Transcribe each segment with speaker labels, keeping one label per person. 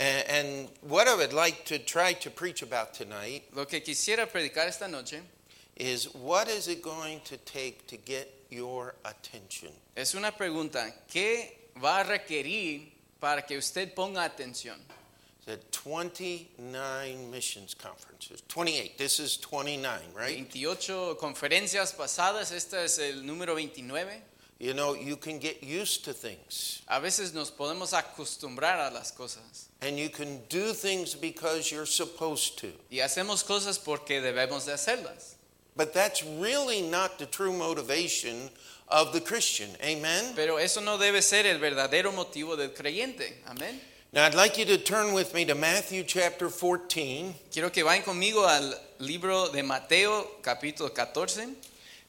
Speaker 1: And what I would like to try to preach about tonight
Speaker 2: Lo que quisiera predicar esta noche
Speaker 1: is what is it going to take to get your attention?
Speaker 2: es una pregunta, ¿qué va a requerir para que usted ponga atención?
Speaker 1: The 29 missions conferences, 28. This is 29, right?
Speaker 2: 28 conferencias pasadas, esta es el número 29.
Speaker 1: You know, you can get used to things
Speaker 2: A veces nos podemos acostumbrar a las cosas
Speaker 1: and you can do things because you're supposed to.
Speaker 2: y hacemos cosas porque debemos de hacerlas.
Speaker 1: But that's really not the true motivation of the Christian. Amen?
Speaker 2: Pero eso no debe ser el verdadero motivo del creyente. Amén.
Speaker 1: Now, I'd like you to turn with me to Matthew chapter 14,
Speaker 2: Quiero que vayan conmigo al libro de Mateo capítulo 14.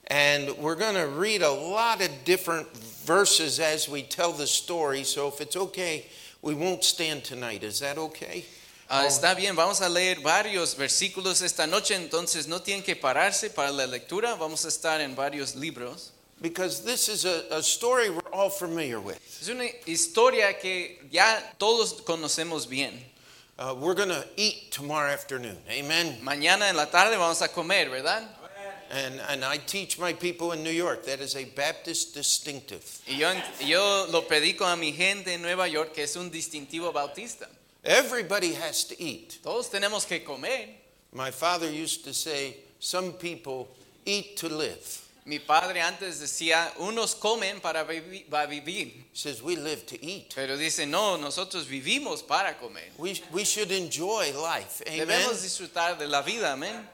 Speaker 1: and we're going to read a lot of different verses as we tell the story. So, if it's okay, we won't stand tonight. Is that okay?
Speaker 2: Ah,
Speaker 1: Oh.
Speaker 2: está bien, vamos a leer varios versículos esta noche, entonces no tienen que pararse para la lectura, vamos a estar en varios libros.
Speaker 1: Because this is a, a story we're all familiar with.
Speaker 2: Es una historia que ya todos conocemos bien.
Speaker 1: Uh, we're going to eat tomorrow afternoon. Amen.
Speaker 2: Mañana en la tarde vamos a comer, ¿verdad?
Speaker 1: And, and I teach my people in New York that is a Baptist distinctive.
Speaker 2: Y yo, yo lo predico a mi gente en Nueva York, que es un distintivo bautista.
Speaker 1: Everybody has to eat.
Speaker 2: Todos tenemos que comer.
Speaker 1: My father used to say, Some people eat to live.
Speaker 2: Mi padre antes decía, unos comen para vivi- va a vivir,
Speaker 1: He says, We live to eat.
Speaker 2: pero dice, no, nosotros vivimos para comer.
Speaker 1: We, we should enjoy life. Amen.
Speaker 2: Debemos disfrutar de la vida, amén.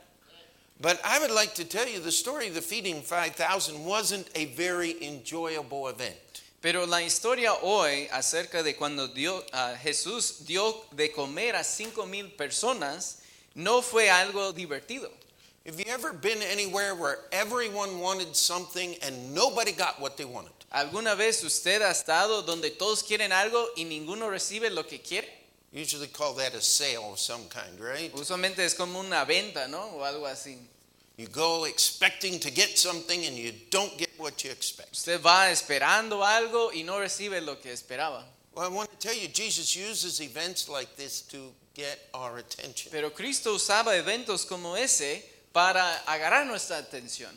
Speaker 1: But I would like to tell you the story of the feeding 5,000 wasn't a very enjoyable event.
Speaker 2: Pero la historia hoy acerca de cuando dio- ah, Jesús dio de comer a cinco mil personas no fue algo divertido.
Speaker 1: Have you ever been anywhere where everyone wanted something and nobody got what they wanted?
Speaker 2: ¿Alguna vez usted ha estado donde todos quieren algo y ninguno recibe lo que quiere?
Speaker 1: Usually call that a sale of some kind, right?
Speaker 2: Usualmente es como una venta, ¿no? O algo así.
Speaker 1: You go expecting to get something and you don't get what you expect.
Speaker 2: Usted va esperando algo y no recibe lo que esperaba.
Speaker 1: Well, I want to tell you, Jesus uses events like this to get our attention.
Speaker 2: Pero Cristo usaba eventos como ese para agarrar nuestra atención.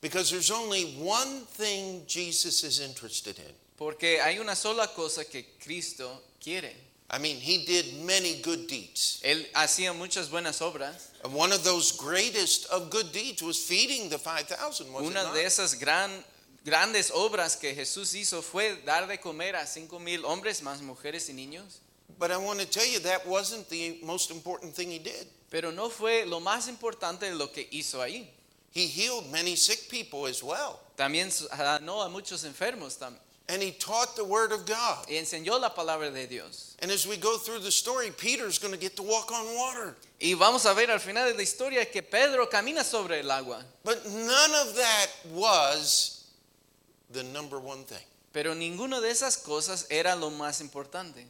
Speaker 1: Because there's only one thing Jesus is interested in.
Speaker 2: Porque hay una sola cosa que Cristo quiere.
Speaker 1: I mean, he did many good deeds.
Speaker 2: Él hacía muchas buenas obras.
Speaker 1: And one of those greatest of good deeds was feeding the 5,000, was it
Speaker 2: Una
Speaker 1: not?
Speaker 2: de esas gran- grandes obras que Jesús hizo fue dar de comer a cinco mil hombres, más mujeres y niños.
Speaker 1: But I want to tell you, that wasn't the most important thing he did.
Speaker 2: Pero no fue lo más importante de lo que hizo ahí.
Speaker 1: He healed many sick people as well.
Speaker 2: También ah, sanó a muchos enfermos tam-
Speaker 1: And he taught the word of God.
Speaker 2: y enseñó la palabra de Dios.
Speaker 1: And as we go through the story, Peter's going to get to walk on water.
Speaker 2: Y vamos a ver al final de la historia que Pedro camina sobre el agua.
Speaker 1: But none of that was the number one thing.
Speaker 2: Pero ninguna de esas cosas era lo más importante.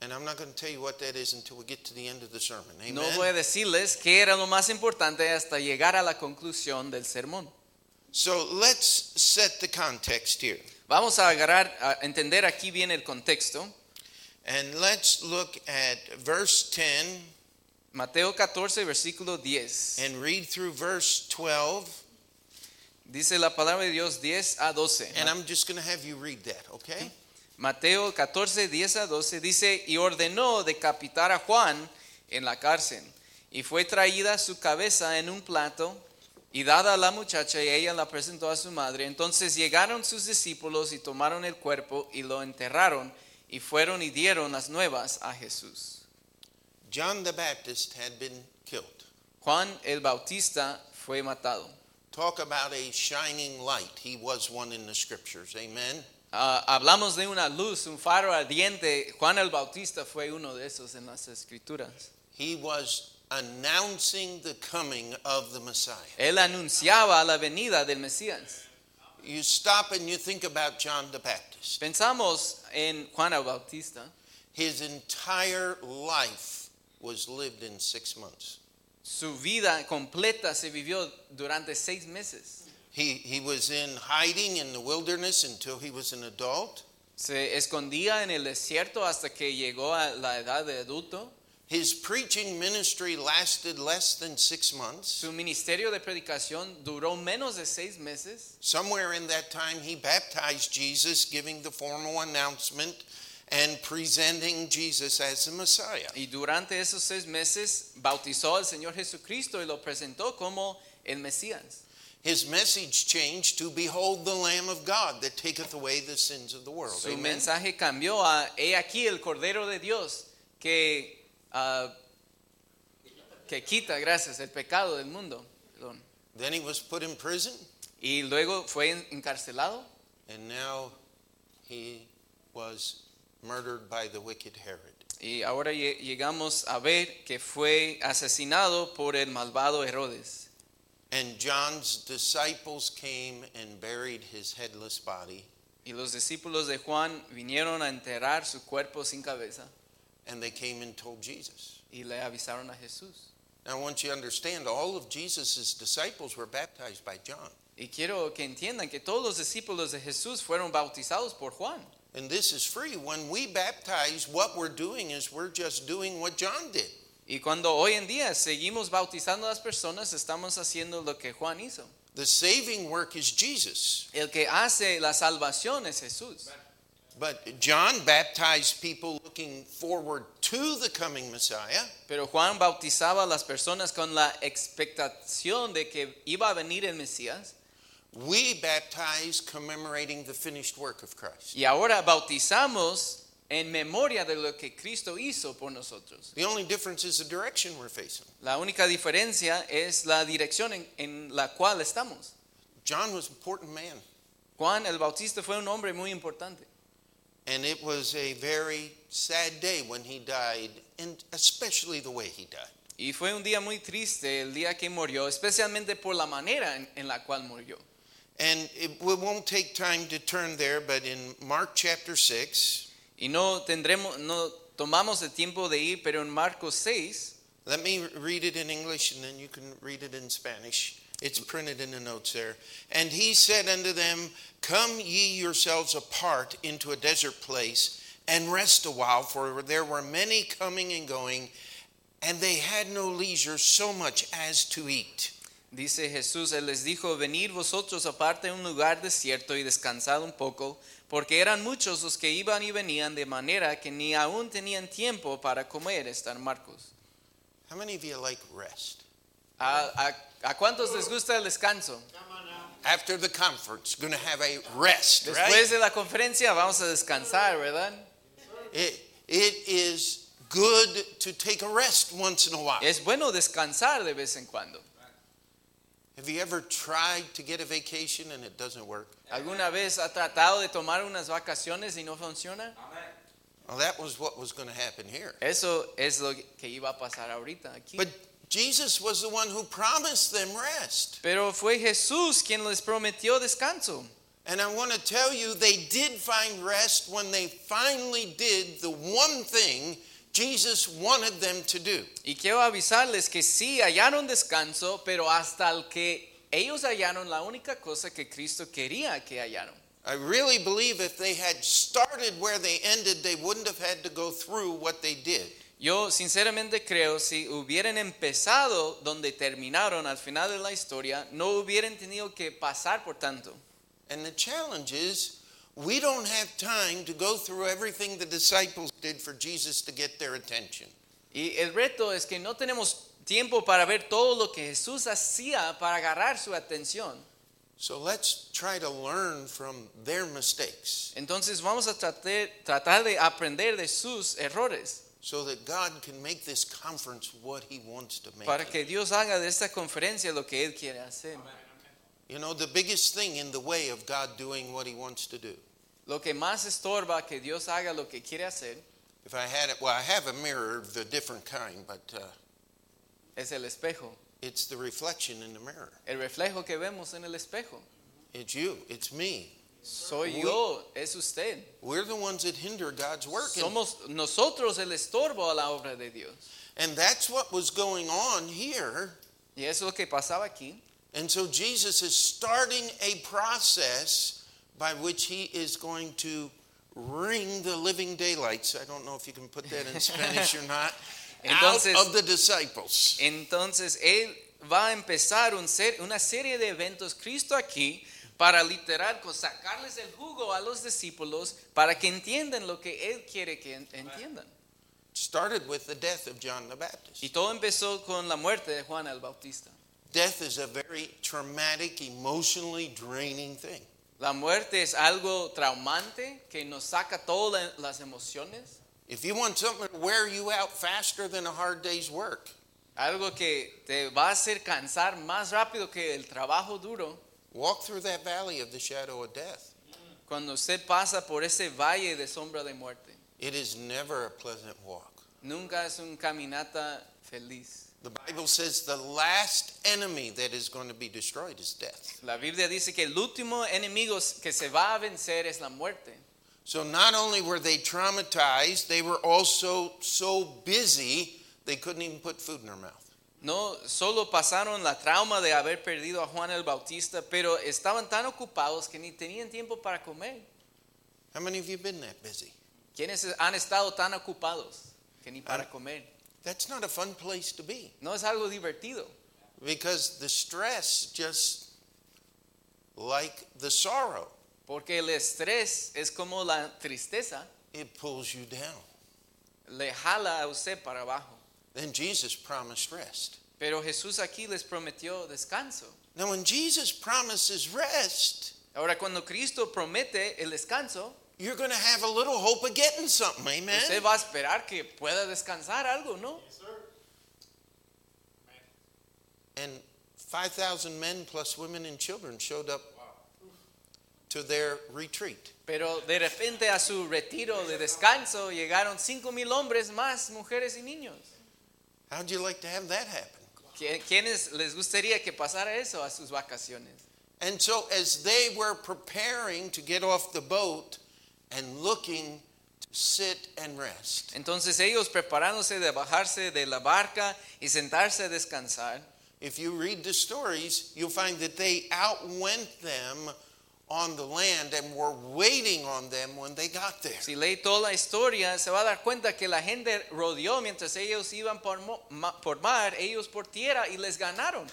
Speaker 1: And I'm not going to tell you what that is until we get to the end of the sermon. Amen.
Speaker 2: No voy a decirles qué era lo más importante hasta llegar a la conclusión del sermón.
Speaker 1: So let's set the context here.
Speaker 2: Vamos a agarrar, a entender aquí bien el contexto.
Speaker 1: And let's look at verse 10
Speaker 2: Mateo 14, versículo 10.
Speaker 1: and read through verse 12.
Speaker 2: Dice la palabra de Dios 10 a 12.
Speaker 1: And I'm just going to have you read that, okay?
Speaker 2: Mateo 14, 10 a 12 dice, y ordenó decapitar a Juan en la cárcel. Y fue traída su cabeza en un plato y dada a la muchacha y ella la presentó a su madre. Entonces llegaron sus discípulos y tomaron el cuerpo y lo enterraron y fueron y dieron las nuevas a Jesús.
Speaker 1: John the Baptist had been killed.
Speaker 2: Juan el Bautista fue matado.
Speaker 1: Talk about a shining light. He was one in the scriptures. Amen.
Speaker 2: Ah, hablamos de una luz, un faro ardiente. Juan el Bautista fue uno de esos en las escrituras.
Speaker 1: He was announcing the coming of the Messiah.
Speaker 2: Él anunciaba la venida del Mesías.
Speaker 1: You stop and you think about John the Baptist.
Speaker 2: Pensamos en Juan el Bautista.
Speaker 1: His entire life was lived in six months.
Speaker 2: Su vida completa se vivió durante seis meses.
Speaker 1: He, he was in hiding in the wilderness until he was an adult.
Speaker 2: Se escondía en el desierto hasta que llegó a la edad de adulto.
Speaker 1: His preaching ministry lasted less than six months.
Speaker 2: Su ministerio de predicación duró menos de seis meses.
Speaker 1: Somewhere in that time, he baptized Jesus, giving the formal announcement and presenting Jesus as the Messiah.
Speaker 2: Y durante esos seis meses bautizó al Señor Jesucristo y lo presentó como el Mesías.
Speaker 1: His message changed to Behold the Lamb of God that taketh away the sins of the world.
Speaker 2: Su
Speaker 1: Amen.
Speaker 2: mensaje cambió a He aquí el Cordero de Dios que, ah, que quita, gracias, el pecado del mundo. Perdón.
Speaker 1: Then he was put in prison,
Speaker 2: Y luego fue en- encarcelado
Speaker 1: and now he was murdered by the wicked Herod.
Speaker 2: y ahora lle- llegamos a ver que fue asesinado por el malvado Herodes.
Speaker 1: And John's disciples came and buried his headless body,
Speaker 2: Y los discípulos de Juan vinieron a enterrar su cuerpo sin cabeza
Speaker 1: and they came and told Jesus.
Speaker 2: y le avisaron a Jesús.
Speaker 1: Now, I want you to understand, all of Jesus' disciples were baptized by John.
Speaker 2: Y quiero que entiendan que todos los discípulos de Jesús fueron bautizados por Juan.
Speaker 1: And this is free. When we baptize, what we're doing is we're just doing what John did.
Speaker 2: Y cuando hoy en día seguimos bautizando a las personas, estamos haciendo lo que Juan hizo.
Speaker 1: The saving work is Jesus.
Speaker 2: El que hace la salvación es Jesús.
Speaker 1: But John baptized people looking forward to the coming Messiah,
Speaker 2: Pero Juan bautizaba a las personas con la expectación de que iba a venir el Mesías.
Speaker 1: we baptize commemorating the finished work of Christ.
Speaker 2: Y ahora bautizamos en memoria de lo que Cristo hizo por nosotros.
Speaker 1: The only difference is the direction we're facing.
Speaker 2: La única diferencia es la dirección en, en la cual estamos.
Speaker 1: John was an important man,
Speaker 2: Juan el Bautista fue un hombre muy importante.
Speaker 1: and it was a very sad day when he died, and especially the way he died.
Speaker 2: Y fue un día muy triste el día que murió, especialmente por la manera en- en la cual murió.
Speaker 1: And it, we won't take time to turn there, but in Mark chapter 6,
Speaker 2: Y no tendremos, no tomamos el tiempo de ir, pero en Marcos 6,
Speaker 1: Let me read it in English and then you can read it in Spanish. It's printed in the notes there. And he said unto them, Come ye yourselves apart into a desert place and rest a while, for there were many coming and going, and they had no leisure so much as to eat.
Speaker 2: dice Jesús, Él les dijo, venid vosotros aparte a un lugar desierto y descansad un poco, porque eran muchos los que iban y venían de manera que ni aún tenían tiempo para comer, está en Marcos.
Speaker 1: How many of you like rest?
Speaker 2: ¿A, a, a cuántos les gusta el descanso?
Speaker 1: After the conference, going to have a rest,
Speaker 2: Después
Speaker 1: right?
Speaker 2: de la conferencia vamos a descansar, ¿verdad?
Speaker 1: It, it is good to take a rest once in a while.
Speaker 2: Es bueno descansar de vez en cuando.
Speaker 1: Have you ever tried to get a vacation and it doesn't work?
Speaker 2: ¿Alguna vez ha tratado de tomar unas vacaciones y no funciona?
Speaker 1: Well, that was what was going to happen here.
Speaker 2: Eso es lo que iba a pasar ahorita aquí.
Speaker 1: But Jesus was the one who promised them rest.
Speaker 2: Pero fue Jesús quien les prometió descanso.
Speaker 1: And I want to tell you, they did find rest when they finally did the one thing Jesus wanted them to do.
Speaker 2: Y quiero avisarles que sí hallaron descanso, pero hasta el que ellos hallaron la única cosa que Cristo quería que hallaron.
Speaker 1: I really believe if they had started where they ended, they wouldn't have had to go through what they did.
Speaker 2: Yo sinceramente creo si hubieran empezado donde terminaron al final de la historia, no hubieran tenido que pasar por tanto.
Speaker 1: And the challenge is, we don't have time to go through everything the disciples did for Jesus to get their attention.
Speaker 2: Y el reto es que no tenemos tiempo para ver todo lo que Jesús hacía para agarrar su atención.
Speaker 1: So let's try to learn from their mistakes.
Speaker 2: Entonces vamos a tratar, tratar de aprender de sus errores
Speaker 1: so that God can make this conference what He wants to make.
Speaker 2: para
Speaker 1: it.
Speaker 2: que Dios haga de esta conferencia lo que Él quiere hacer.
Speaker 1: You know, the biggest thing in the way of God doing what He wants to do.
Speaker 2: Lo que más estorba que Dios haga lo que quiere hacer
Speaker 1: If I had it, well, I have a mirror of a different kind, but uh,
Speaker 2: es el espejo,
Speaker 1: it's the reflection in the mirror.
Speaker 2: el reflejo que vemos en el espejo.
Speaker 1: It's you, it's me.
Speaker 2: Soy yo, es usted.
Speaker 1: We're the ones that hinder God's work. And,
Speaker 2: Somos nosotros el estorbo a la obra de Dios.
Speaker 1: and that's what was going on here.
Speaker 2: Y eso es lo que pasaba aquí.
Speaker 1: And so Jesus is starting a process by which He is going to wring the living daylights. I don't know if you can put that in Spanish or not.
Speaker 2: Entonces-
Speaker 1: out of the disciples.
Speaker 2: Entonces él va a empezar un ser- una serie de eventos, Cristo aquí, para literal co- sacarles el jugo a los discípulos para que entiendan lo que él quiere que en- entiendan.
Speaker 1: Started with the death of John the Baptist.
Speaker 2: Y todo empezó con la muerte de Juan el Bautista.
Speaker 1: Death is a very traumatic, emotionally draining thing.
Speaker 2: La muerte es algo traumante que nos saca todas la- las emociones,
Speaker 1: If you want something to wear you out faster than a hard day's work,
Speaker 2: algo que te va a hacer cansar más rápido que el trabajo duro.
Speaker 1: walk through that valley of the shadow of death.
Speaker 2: Cuando usted pasa por ese valle de sombra de muerte,
Speaker 1: It is never a pleasant walk.
Speaker 2: nunca es un caminata feliz.
Speaker 1: The Bible says the last enemy that is going to be destroyed is death.
Speaker 2: La Biblia dice que el último enemigo que se va a vencer es la muerte.
Speaker 1: So not only were they traumatized, they were also so busy they couldn't even put food in their mouth.
Speaker 2: No solo pasaron la trauma de haber perdido a Juan el Bautista, pero estaban tan ocupados que ni tenían tiempo para comer.
Speaker 1: How many of you been that busy?
Speaker 2: ¿Quiénes han estado tan ocupados que ni para
Speaker 1: Ah.
Speaker 2: comer?
Speaker 1: That's not a fun place to be
Speaker 2: No es algo divertido,
Speaker 1: because the stress just like the sorrow,
Speaker 2: porque el estrés es como la tristeza,
Speaker 1: it pulls you down.
Speaker 2: le jala a usted para abajo.
Speaker 1: Then Jesus promised rest.
Speaker 2: Pero Jesús aquí les prometió descanso.
Speaker 1: Now when Jesus promises rest,
Speaker 2: Ahora, cuando Cristo promete el descanso,
Speaker 1: you're going to have a little hope of getting something. Amen.
Speaker 2: usted va a esperar que pueda descansar algo, ¿no?
Speaker 1: And 5,000 men plus women and children showed up to their retreat.
Speaker 2: Pero de repente a su retiro de descanso llegaron cinco mil hombres más, mujeres y niños.
Speaker 1: How'd you like to have that happen?
Speaker 2: ¿Qui- ¿Quiénes les gustaría que pasara eso a sus vacaciones?
Speaker 1: And so, as they were preparing to get off the boat and looking to sit and rest,
Speaker 2: Entonces ellos preparándose de bajarse de la barca y sentarse a descansar.
Speaker 1: if you read the stories, you'll find that they outwent them on the land and were waiting on them when they got there.
Speaker 2: Si lee toda la historia, se va a dar cuenta que la gente rodeó mientras ellos iban por, mo- ma- por mar, ellos por tierra y les ganaron.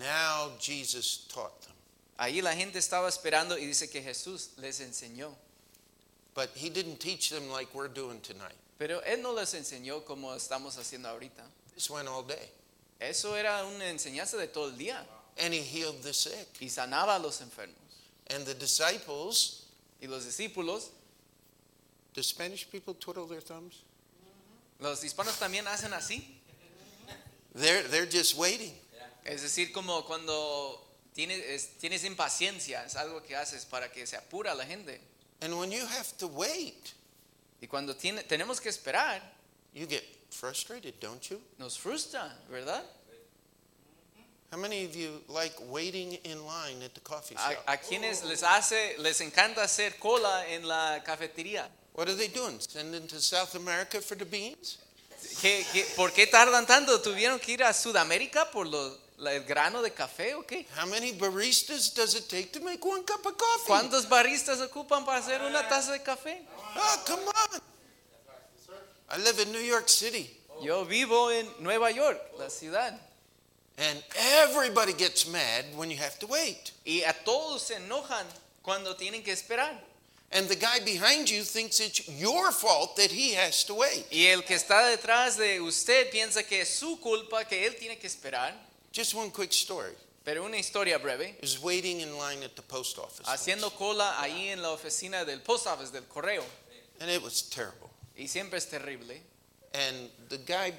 Speaker 1: Now, Jesus taught them,
Speaker 2: Ahí la gente estaba esperando y dice que Jesús les enseñó.
Speaker 1: but he didn't teach them like we're doing tonight.
Speaker 2: Pero Él no les enseñó como estamos haciendo ahorita.
Speaker 1: This went all day.
Speaker 2: Eso era una enseñanza de todo el día.
Speaker 1: And he healed the sick.
Speaker 2: Y sanaba a los enfermos.
Speaker 1: And the disciples,
Speaker 2: Y los discípulos,
Speaker 1: do Spanish people twiddle their thumbs?
Speaker 2: los hispanos también hacen así.
Speaker 1: They're, they're just waiting.
Speaker 2: Es decir, como cuando tienes, es- tienes impaciencia, es algo que haces para que se apura la gente.
Speaker 1: And when you have to wait,
Speaker 2: Y cuando tiene, tenemos que esperar,
Speaker 1: you get frustrated, don't you?
Speaker 2: nos frustra, ¿verdad?
Speaker 1: How many of you like waiting in line at the coffee
Speaker 2: A,
Speaker 1: shop?
Speaker 2: a quienes les hace, les encanta hacer cola en la cafetería.
Speaker 1: what are they doing? Sending to South America for the beans?
Speaker 2: ¿Qué- qué- por qué tardan tanto? ¿Tuvieron que ir a Sudamérica por lo- la- el grano de café o qué?
Speaker 1: How many baristas does it take to make one cup of coffee?
Speaker 2: ¿Cuántos baristas ocupan para hacer una taza de café?
Speaker 1: Oh, come on. I live in New York City,
Speaker 2: Yo vivo en Nueva York, la ciudad,
Speaker 1: and everybody gets mad when you have to wait.
Speaker 2: y a todos se enojan cuando tienen que esperar.
Speaker 1: And the guy behind you thinks it's your fault that he has to wait.
Speaker 2: Y el que está detrás de usted piensa que es su culpa que él tiene que esperar.
Speaker 1: Just one quick story.
Speaker 2: Pero una historia breve,
Speaker 1: I was waiting in line at the post office.
Speaker 2: haciendo
Speaker 1: once,
Speaker 2: cola ahí en la oficina del post office del correo,
Speaker 1: and it was terrible.
Speaker 2: y siempre es terrible.
Speaker 1: And the guy,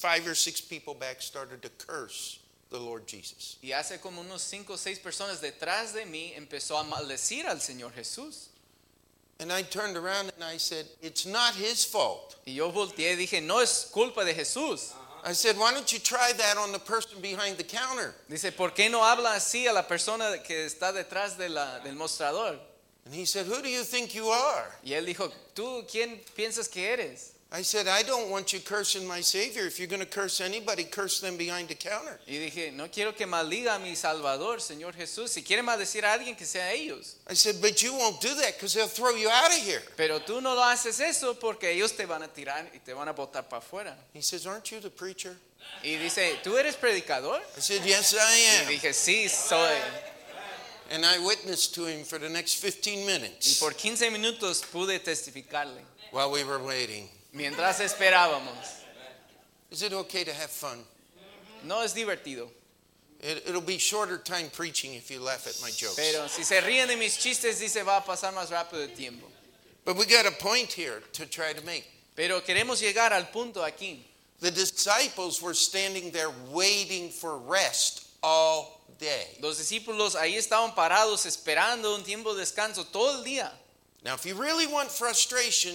Speaker 1: five or six people back, started to curse the Lord Jesus.
Speaker 2: Y hace como unos cinco o seis personas detrás de mí empezó a maldecir al Señor Jesús.
Speaker 1: And I turned around and I said, It's not his fault.
Speaker 2: Y yo volteé y dije, no es culpa de Jesús.
Speaker 1: I said, Why don't you try that on the person behind the counter?
Speaker 2: Dice, ¿por qué no habla así a la persona que está detrás de la- del mostrador?
Speaker 1: And he said, Who do you think you are?
Speaker 2: Y él dijo, ¿tú quién piensas que eres?
Speaker 1: I said, I don't want you cursing my Savior. If you're going to curse anybody, curse them behind the counter.
Speaker 2: Y dije, no quiero que maldiga a mi Salvador, Señor Jesús. Si quiere maldecir a alguien, que sea ellos.
Speaker 1: I said, but you won't do that because they'll throw you out of here.
Speaker 2: Pero tú no lo haces eso porque ellos te van a tirar y te van a botar para afuera.
Speaker 1: He says, Aren't you the preacher?
Speaker 2: Y dice, ¿tú eres predicador?
Speaker 1: I said, Yes, I
Speaker 2: Y
Speaker 1: am.
Speaker 2: dije, sí, soy.
Speaker 1: And I witnessed to him for the next 15
Speaker 2: Y
Speaker 1: minutes
Speaker 2: por 15 minutos pude testificarle
Speaker 1: while we were waiting.
Speaker 2: mientras esperábamos.
Speaker 1: Is it okay to have fun?
Speaker 2: No es divertido,
Speaker 1: It, it'll be shorter time preaching if you laugh at my jokes.
Speaker 2: pero si se ríen de mis chistes, dice, va a pasar más rápido el tiempo.
Speaker 1: But we got a point here to try to make.
Speaker 2: Pero queremos llegar al punto aquí.
Speaker 1: The disciples were standing there waiting for rest all day.
Speaker 2: Los discípulos ahí estaban parados esperando un tiempo de descanso todo el día.
Speaker 1: Now, if you really want frustration,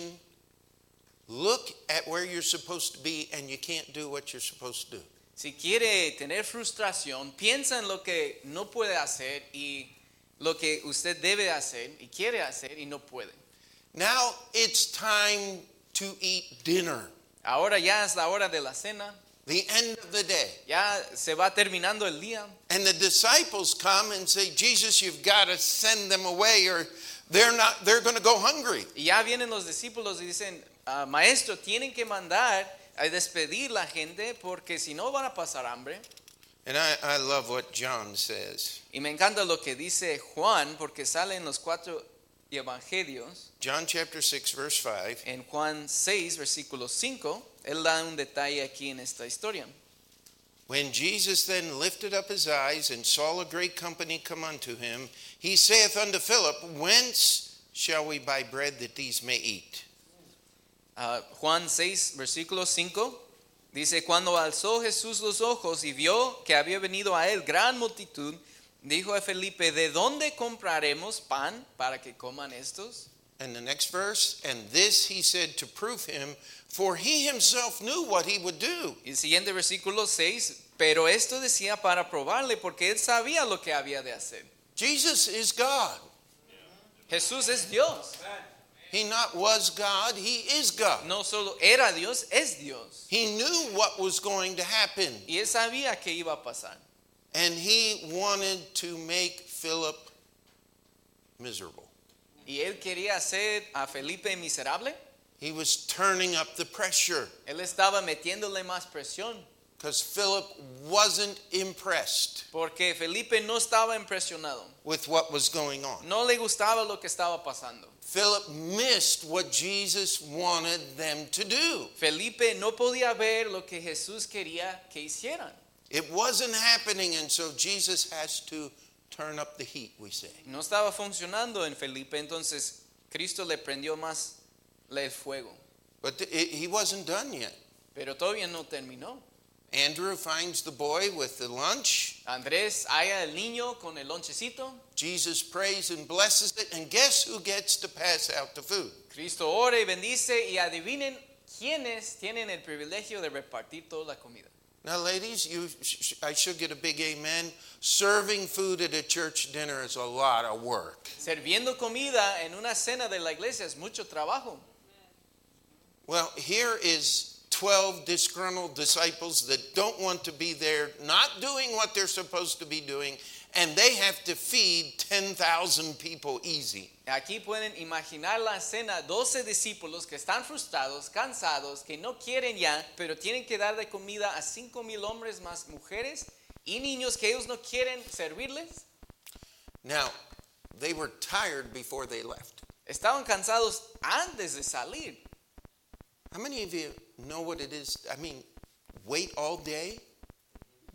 Speaker 1: look at where you're supposed to be and you can't do what you're supposed to do.
Speaker 2: Si quiere tener frustración, piensa en lo que no puede hacer y lo que usted debe hacer y quiere hacer y no puede.
Speaker 1: Now it's time to eat dinner,
Speaker 2: Ahora ya es la hora de la cena,
Speaker 1: the end of the day.
Speaker 2: ya se va terminando el día
Speaker 1: And the disciples come and say, Jesus, you've got to send them away or they're not they're going to go hungry.
Speaker 2: y ya vienen los discípulos y dicen, "Ah, maestro, tienen que mandar a despedir la gente porque si no van a pasar hambre.
Speaker 1: And I, I love what John says.
Speaker 2: Y me encanta lo que dice Juan porque sale en los cuatro evangelios.
Speaker 1: John chapter 6 verse 5.
Speaker 2: En Juan 6, versículo 5, él da un detalle aquí en esta historia.
Speaker 1: When Jesus then lifted up his eyes and saw a great company come unto him, he saith unto Philip, Whence shall we buy bread that these may eat?
Speaker 2: Ah, Juan 6, versículo 5, dice, cuando alzó Jesús los ojos y vio que había venido a él gran multitud, dijo a Felipe, ¿de dónde compraremos pan para que coman estos?
Speaker 1: And the next verse, and this he said to prove him, for he himself knew what he would do.
Speaker 2: Y el siguiente versículo 6, pero esto decía para probarle, porque él sabía lo que había de hacer.
Speaker 1: Jesus is God.
Speaker 2: Jesús es Dios,
Speaker 1: He not was God, he is God.
Speaker 2: no solo era Dios, es Dios.
Speaker 1: He knew what was going to happen,
Speaker 2: Y él sabía que iba a pasar.
Speaker 1: and he wanted to make Philip miserable.
Speaker 2: Y él quería hacer a Felipe miserable.
Speaker 1: He was turning up the pressure
Speaker 2: Él estaba metiéndole más presión.
Speaker 1: because Philip wasn't impressed
Speaker 2: Porque Felipe no estaba impresionado.
Speaker 1: with what was going on.
Speaker 2: No le gustaba lo que estaba pasando.
Speaker 1: Philip missed what Jesus wanted them to do.
Speaker 2: Felipe no podía ver lo que Jesús quería que hicieran.
Speaker 1: It wasn't happening, and so Jesus has to turn up the heat, we say.
Speaker 2: No estaba funcionando en Felipe. Entonces Cristo le prendió más el fuego.
Speaker 1: But th- it, he wasn't done yet.
Speaker 2: Pero todavía no terminó.
Speaker 1: Andrew finds the boy with the lunch.
Speaker 2: Andrés haya el niño con el lonchecito.
Speaker 1: Jesus prays and blesses it, and guess who gets to pass out the food?
Speaker 2: Cristo ora y bendice. Y adivinen quiénes tienen el privilegio de repartir toda la comida.
Speaker 1: Now, ladies, you, sh- sh- I should get a big amen. Serving food at a church dinner is a lot of work.
Speaker 2: Serviendo comida en una cena de la iglesia es mucho trabajo.
Speaker 1: Well, here is 12 disgruntled disciples that don't want to be there, not doing what they're supposed to be doing, and they have to feed 10,000 people easy.
Speaker 2: Aquí pueden imaginar la cena, 12 discípulos que están frustrados, cansados, que no quieren ya, pero tienen que dar de comida a 5 mil hombres más mujeres y niños que ellos no quieren servirles.
Speaker 1: Now, they were tired before they left.
Speaker 2: Estaban cansados antes de salir.
Speaker 1: How many of you know what it is? I mean, wait all day?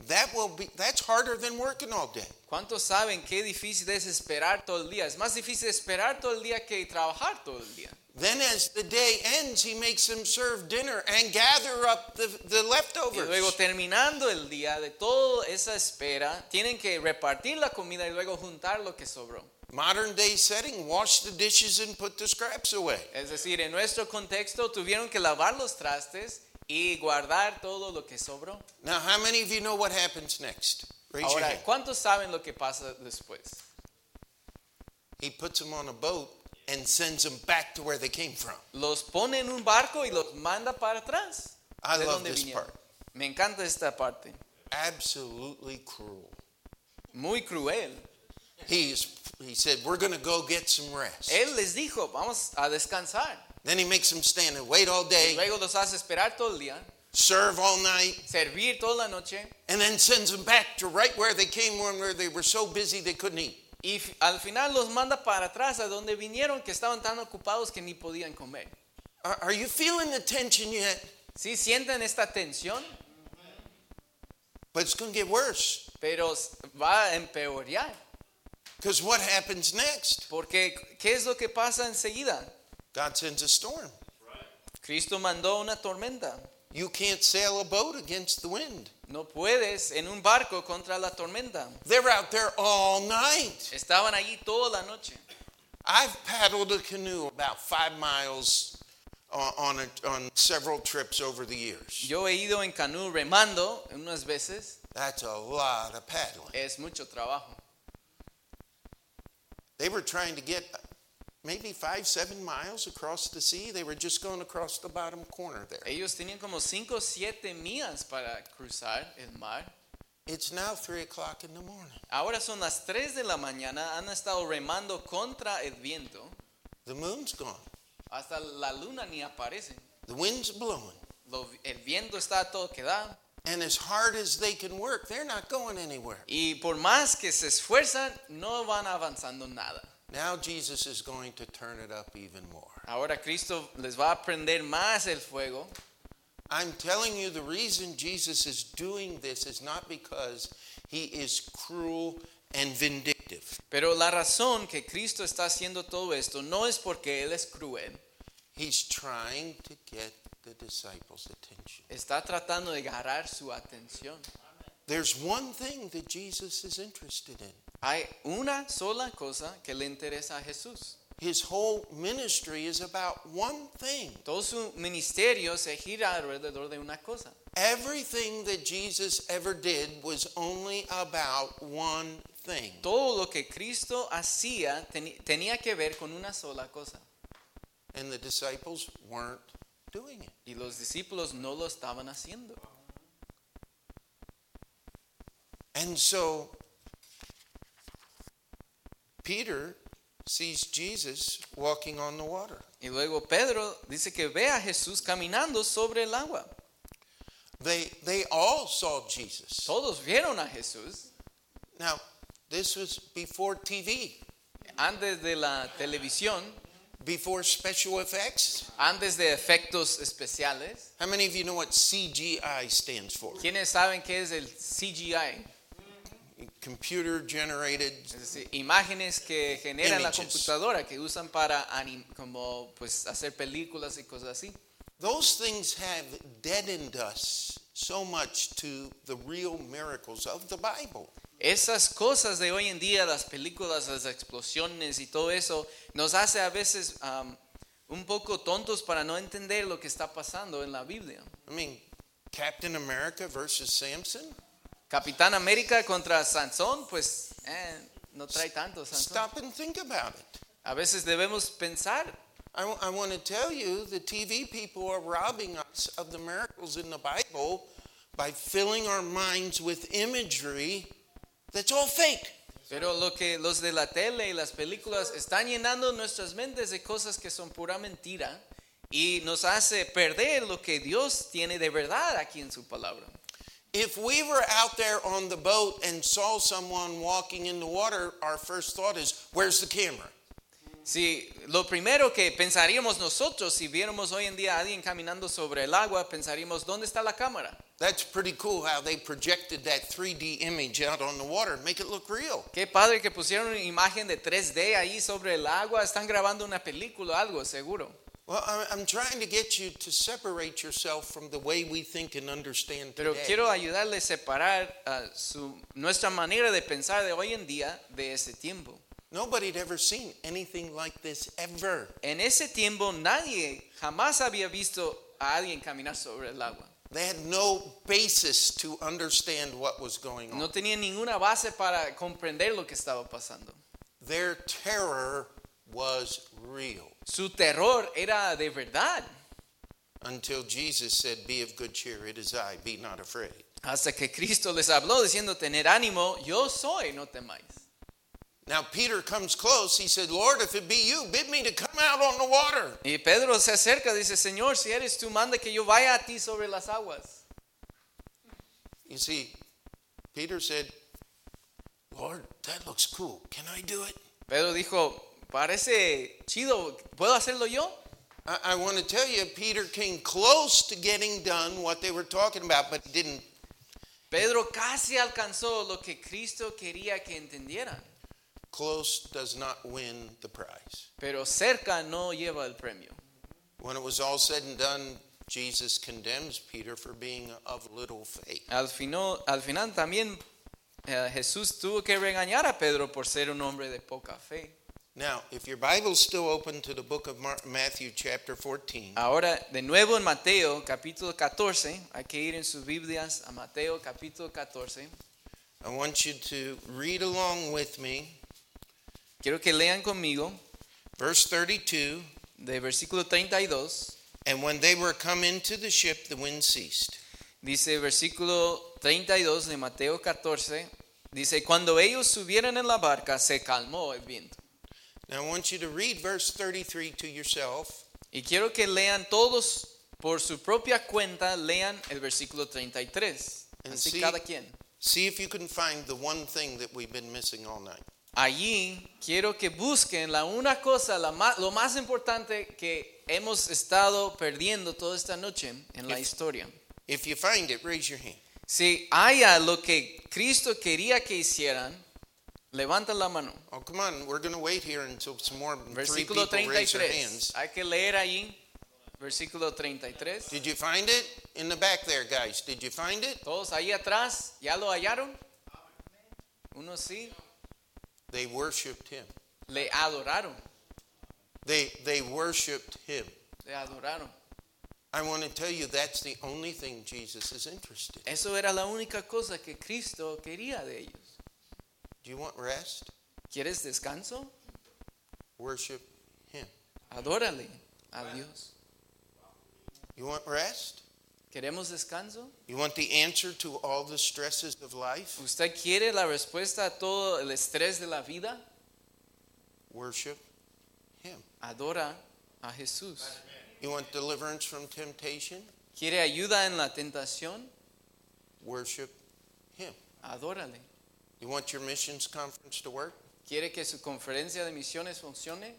Speaker 1: That will be that's harder than working all day.
Speaker 2: ¿Cuántos saben qué difícil es esperar todo el día? Es más difícil esperar todo el día que trabajar todo el día.
Speaker 1: Then as the day ends, he makes them serve dinner and gather up the, the
Speaker 2: Y luego
Speaker 1: leftovers.
Speaker 2: terminando el día de toda esa espera, tienen que repartir la comida y luego juntar lo que sobró.
Speaker 1: Modern day setting, wash the dishes and put the scraps away.
Speaker 2: Es decir, en nuestro contexto tuvieron que lavar los trastes y guardar todo lo que sobró.
Speaker 1: Now, how many of you know what happens next? Raise your
Speaker 2: Ahora,
Speaker 1: hand.
Speaker 2: ¿cuántos saben lo que pasa después?
Speaker 1: He puts them on a boat and sends them back to where they came from.
Speaker 2: Los pone en un barco y los manda para atrás.
Speaker 1: I
Speaker 2: de
Speaker 1: love
Speaker 2: donde
Speaker 1: this
Speaker 2: vinieron.
Speaker 1: part.
Speaker 2: Me encanta esta parte.
Speaker 1: Absolutely cruel.
Speaker 2: Muy cruel.
Speaker 1: He's, he said, We're going to go get some rest.
Speaker 2: Él les dijo, vamos a descansar.
Speaker 1: Then he makes them stand and wait all
Speaker 2: Y
Speaker 1: day,
Speaker 2: luego los hace esperar todo el día,
Speaker 1: serve all night,
Speaker 2: servir toda la noche.
Speaker 1: and then sends them back to right where they came from, where they were so busy they couldn't eat.
Speaker 2: Y fi- al final los manda para atrás a donde vinieron, que estaban tan ocupados que ni podían comer.
Speaker 1: Are, are you feeling the tension yet?
Speaker 2: Sí, sienten esta tensión,
Speaker 1: But it's going to get worse.
Speaker 2: pero s- va a empeorar.
Speaker 1: Because what happens next?
Speaker 2: Porque, ¿qué es lo que pasa enseguida?
Speaker 1: God sends a storm.
Speaker 2: Cristo mandó una tormenta.
Speaker 1: You can't sail a boat against the wind.
Speaker 2: No puedes en un barco contra la tormenta.
Speaker 1: They're out there all night.
Speaker 2: Estaban allí toda la noche.
Speaker 1: I've paddled a canoe about five miles o- on, a, on several trips over the years.
Speaker 2: Yo he ido en canú remando unas veces.
Speaker 1: That's a lot of paddling.
Speaker 2: Es mucho trabajo.
Speaker 1: They were trying to get maybe five, seven miles across the sea. They were just going across the bottom corner there.
Speaker 2: Ellos tenían como 5 o 7 millas para cruzar el mar.
Speaker 1: It's now three o'clock in the morning.
Speaker 2: Ahora son las 3 de la mañana. Han estado remando contra el viento.
Speaker 1: The moon's gone.
Speaker 2: Hasta la luna ni aparece.
Speaker 1: The wind's blowing.
Speaker 2: Lo- el viento está a todo que da.
Speaker 1: And as hard as they can work, they're not going anywhere.
Speaker 2: Y por más que se esfuerzan, no van avanzando nada.
Speaker 1: Now Jesus is going to turn it up even more.
Speaker 2: Ahora Cristo les va a prender más el fuego.
Speaker 1: I'm telling you, the reason Jesus is doing this is not because he is cruel and vindictive.
Speaker 2: Pero la razón que Cristo está haciendo todo esto no es porque Él es cruel.
Speaker 1: He's trying to get the disciples' attention.
Speaker 2: Está tratando de agarrar su atención.
Speaker 1: There's one thing that Jesus is interested in.
Speaker 2: Hay una sola cosa que le interesa a Jesús.
Speaker 1: His whole ministry is about one thing.
Speaker 2: Todo su ministerio se gira alrededor de una cosa.
Speaker 1: Everything that Jesus ever did was only about one thing.
Speaker 2: Todo lo que Cristo hacía teni- tenía que ver con una sola cosa.
Speaker 1: And the disciples weren't doing it.
Speaker 2: Y los discípulos no lo estaban haciendo.
Speaker 1: And so Peter sees Jesus walking on the water.
Speaker 2: Y luego Pedro dice que ve a Jesús caminando sobre el agua.
Speaker 1: They they all saw Jesus.
Speaker 2: Todos vieron a Jesús
Speaker 1: Now, this was before TV,
Speaker 2: antes de la televisión,
Speaker 1: before special effects.
Speaker 2: antes de efectos especiales.
Speaker 1: How many of you know what CGI stands for?
Speaker 2: ¿Quiénes saben qué es el CGI?
Speaker 1: Computer generated.
Speaker 2: Es decir, imágenes que generan la
Speaker 1: Images.
Speaker 2: computadora, que usan para anim- como pues hacer películas y cosas así.
Speaker 1: Those things have deadened us so much to the real miracles of the Bible.
Speaker 2: Esas cosas de hoy en día, las películas, las explosiones y todo eso, nos hace a veces am, un poco tontos para no entender lo que está pasando en la Biblia.
Speaker 1: I mean, Captain America versus Samson?
Speaker 2: Capitán América contra Sansón, pues eh, no trae tanto Sansón.
Speaker 1: Stop and think about it.
Speaker 2: A veces debemos pensar,
Speaker 1: I want to tell you the TV people are robbing us of the miracles in the Bible by filling our minds with imagery that's all fake.
Speaker 2: pero lo que los de la tele y las películas están llenando nuestras mentes de cosas que son pura mentira y nos hace perder lo que Dios tiene de verdad aquí en su palabra.
Speaker 1: If we were out there on the boat and saw someone walking in the water, our first thought is, where's the camera?
Speaker 2: Si lo primero que pensaríamos nosotros si viéramos hoy en día a alguien caminando sobre el agua, pensaríamos, ¿dónde está la cámara?
Speaker 1: That's pretty cool how they projected that 3D image out on the water and make it look real.
Speaker 2: Qué padre que pusieron una imagen de 3D ahí sobre el agua, están grabando una película o algo, seguro.
Speaker 1: Well, I- I'm trying to get you to separate yourself from the way we think and understand
Speaker 2: Pero
Speaker 1: today.
Speaker 2: quiero ayudarle a separar ah, su- nuestra manera de pensar de hoy en día de ese tiempo.
Speaker 1: Nobody had ever seen anything like this ever.
Speaker 2: En ese tiempo nadie jamás había visto a alguien caminar sobre el agua.
Speaker 1: They had no basis to understand what was going on.
Speaker 2: No tenía ninguna base para comprender lo que estaba pasando.
Speaker 1: Their terror was real
Speaker 2: Su terror era de verdad.
Speaker 1: until Jesus said, Be of good cheer, it is I, be not afraid.
Speaker 2: Hasta que Cristo les habló diciendo, tener ánimo, yo soy, no temáis.
Speaker 1: Now Peter comes close. He said, Lord, if it be you, bid me to come out on the water.
Speaker 2: Y Pedro se acerca, dice, Señor, si eres tú, manda que yo vaya a ti sobre las aguas.
Speaker 1: You see, Peter said, Lord, that looks cool. Can I do it?
Speaker 2: Pedro dijo, parece chido, ¿puedo hacerlo yo?
Speaker 1: I, I want to tell you, Peter came close to getting done what they were talking about, but he didn't.
Speaker 2: Pedro casi alcanzó lo que Cristo quería que entendieran,
Speaker 1: Close does not win the prize.
Speaker 2: pero cerca no lleva el premio.
Speaker 1: When it was all said and done, Jesus condemns Peter for being of little faith.
Speaker 2: Al, fino- al final también eh, Jesús tuvo que regañar a Pedro por ser un hombre de poca fe.
Speaker 1: Now, if your Bible's still open to the book of Mar- Matthew, chapter 14,
Speaker 2: Ahora, de nuevo en Mateo capítulo 14, hay que ir en sus Biblias a Mateo capítulo 14.
Speaker 1: I want you to read along with me.
Speaker 2: Quiero que lean conmigo
Speaker 1: Verse 32
Speaker 2: de versículo 32.
Speaker 1: And when they were come into the ship, the wind ceased.
Speaker 2: Dice versículo 32 de Mateo 14. Dice, cuando ellos subieron en la barca se calmó el viento.
Speaker 1: Now I want you to read verse 33 to yourself.
Speaker 2: Y quiero que lean todos por su propia cuenta, lean el versículo 33.
Speaker 1: And
Speaker 2: Así
Speaker 1: see-
Speaker 2: cada quien.
Speaker 1: See if you can find the one thing that we've been missing all night.
Speaker 2: Allí quiero que busquen la una cosa, la ma- lo más importante que hemos estado perdiendo toda esta noche en la
Speaker 1: If-
Speaker 2: historia.
Speaker 1: If you find it, raise your hand.
Speaker 2: Si haya lo que Cristo quería que hicieran, levanta la mano.
Speaker 1: Oh, come on. We're going to wait here until some more than three people
Speaker 2: Versículo
Speaker 1: raise their hands.
Speaker 2: 33. Hay que leer allí. Versículo 33.
Speaker 1: Did you find it? In the back there, guys. Did you find it?
Speaker 2: Todos ahí atrás, ¿ya lo hallaron? Uno sí,
Speaker 1: They worshiped him.
Speaker 2: le adoraron,
Speaker 1: They, they worshiped him.
Speaker 2: le adoraron.
Speaker 1: I want to tell you that's the only thing Jesus is interested in.
Speaker 2: Eso era la única cosa que Cristo quería de ellos.
Speaker 1: Do you want rest?
Speaker 2: ¿Quieres descanso?
Speaker 1: Worship him.
Speaker 2: Adórale a Dios.
Speaker 1: You want rest?
Speaker 2: ¿Queremos descanso?
Speaker 1: You want the answer to all the stresses of life?
Speaker 2: ¿Usted quiere la respuesta a todo el estrés de la vida?
Speaker 1: Worship Him.
Speaker 2: Adora a Jesús.
Speaker 1: You want deliverance from temptation?
Speaker 2: ¿Quiere ayuda en la tentación?
Speaker 1: Worship Him.
Speaker 2: Adórale.
Speaker 1: You want your missions conference to work?
Speaker 2: ¿Quiere que su conferencia de misiones funcione?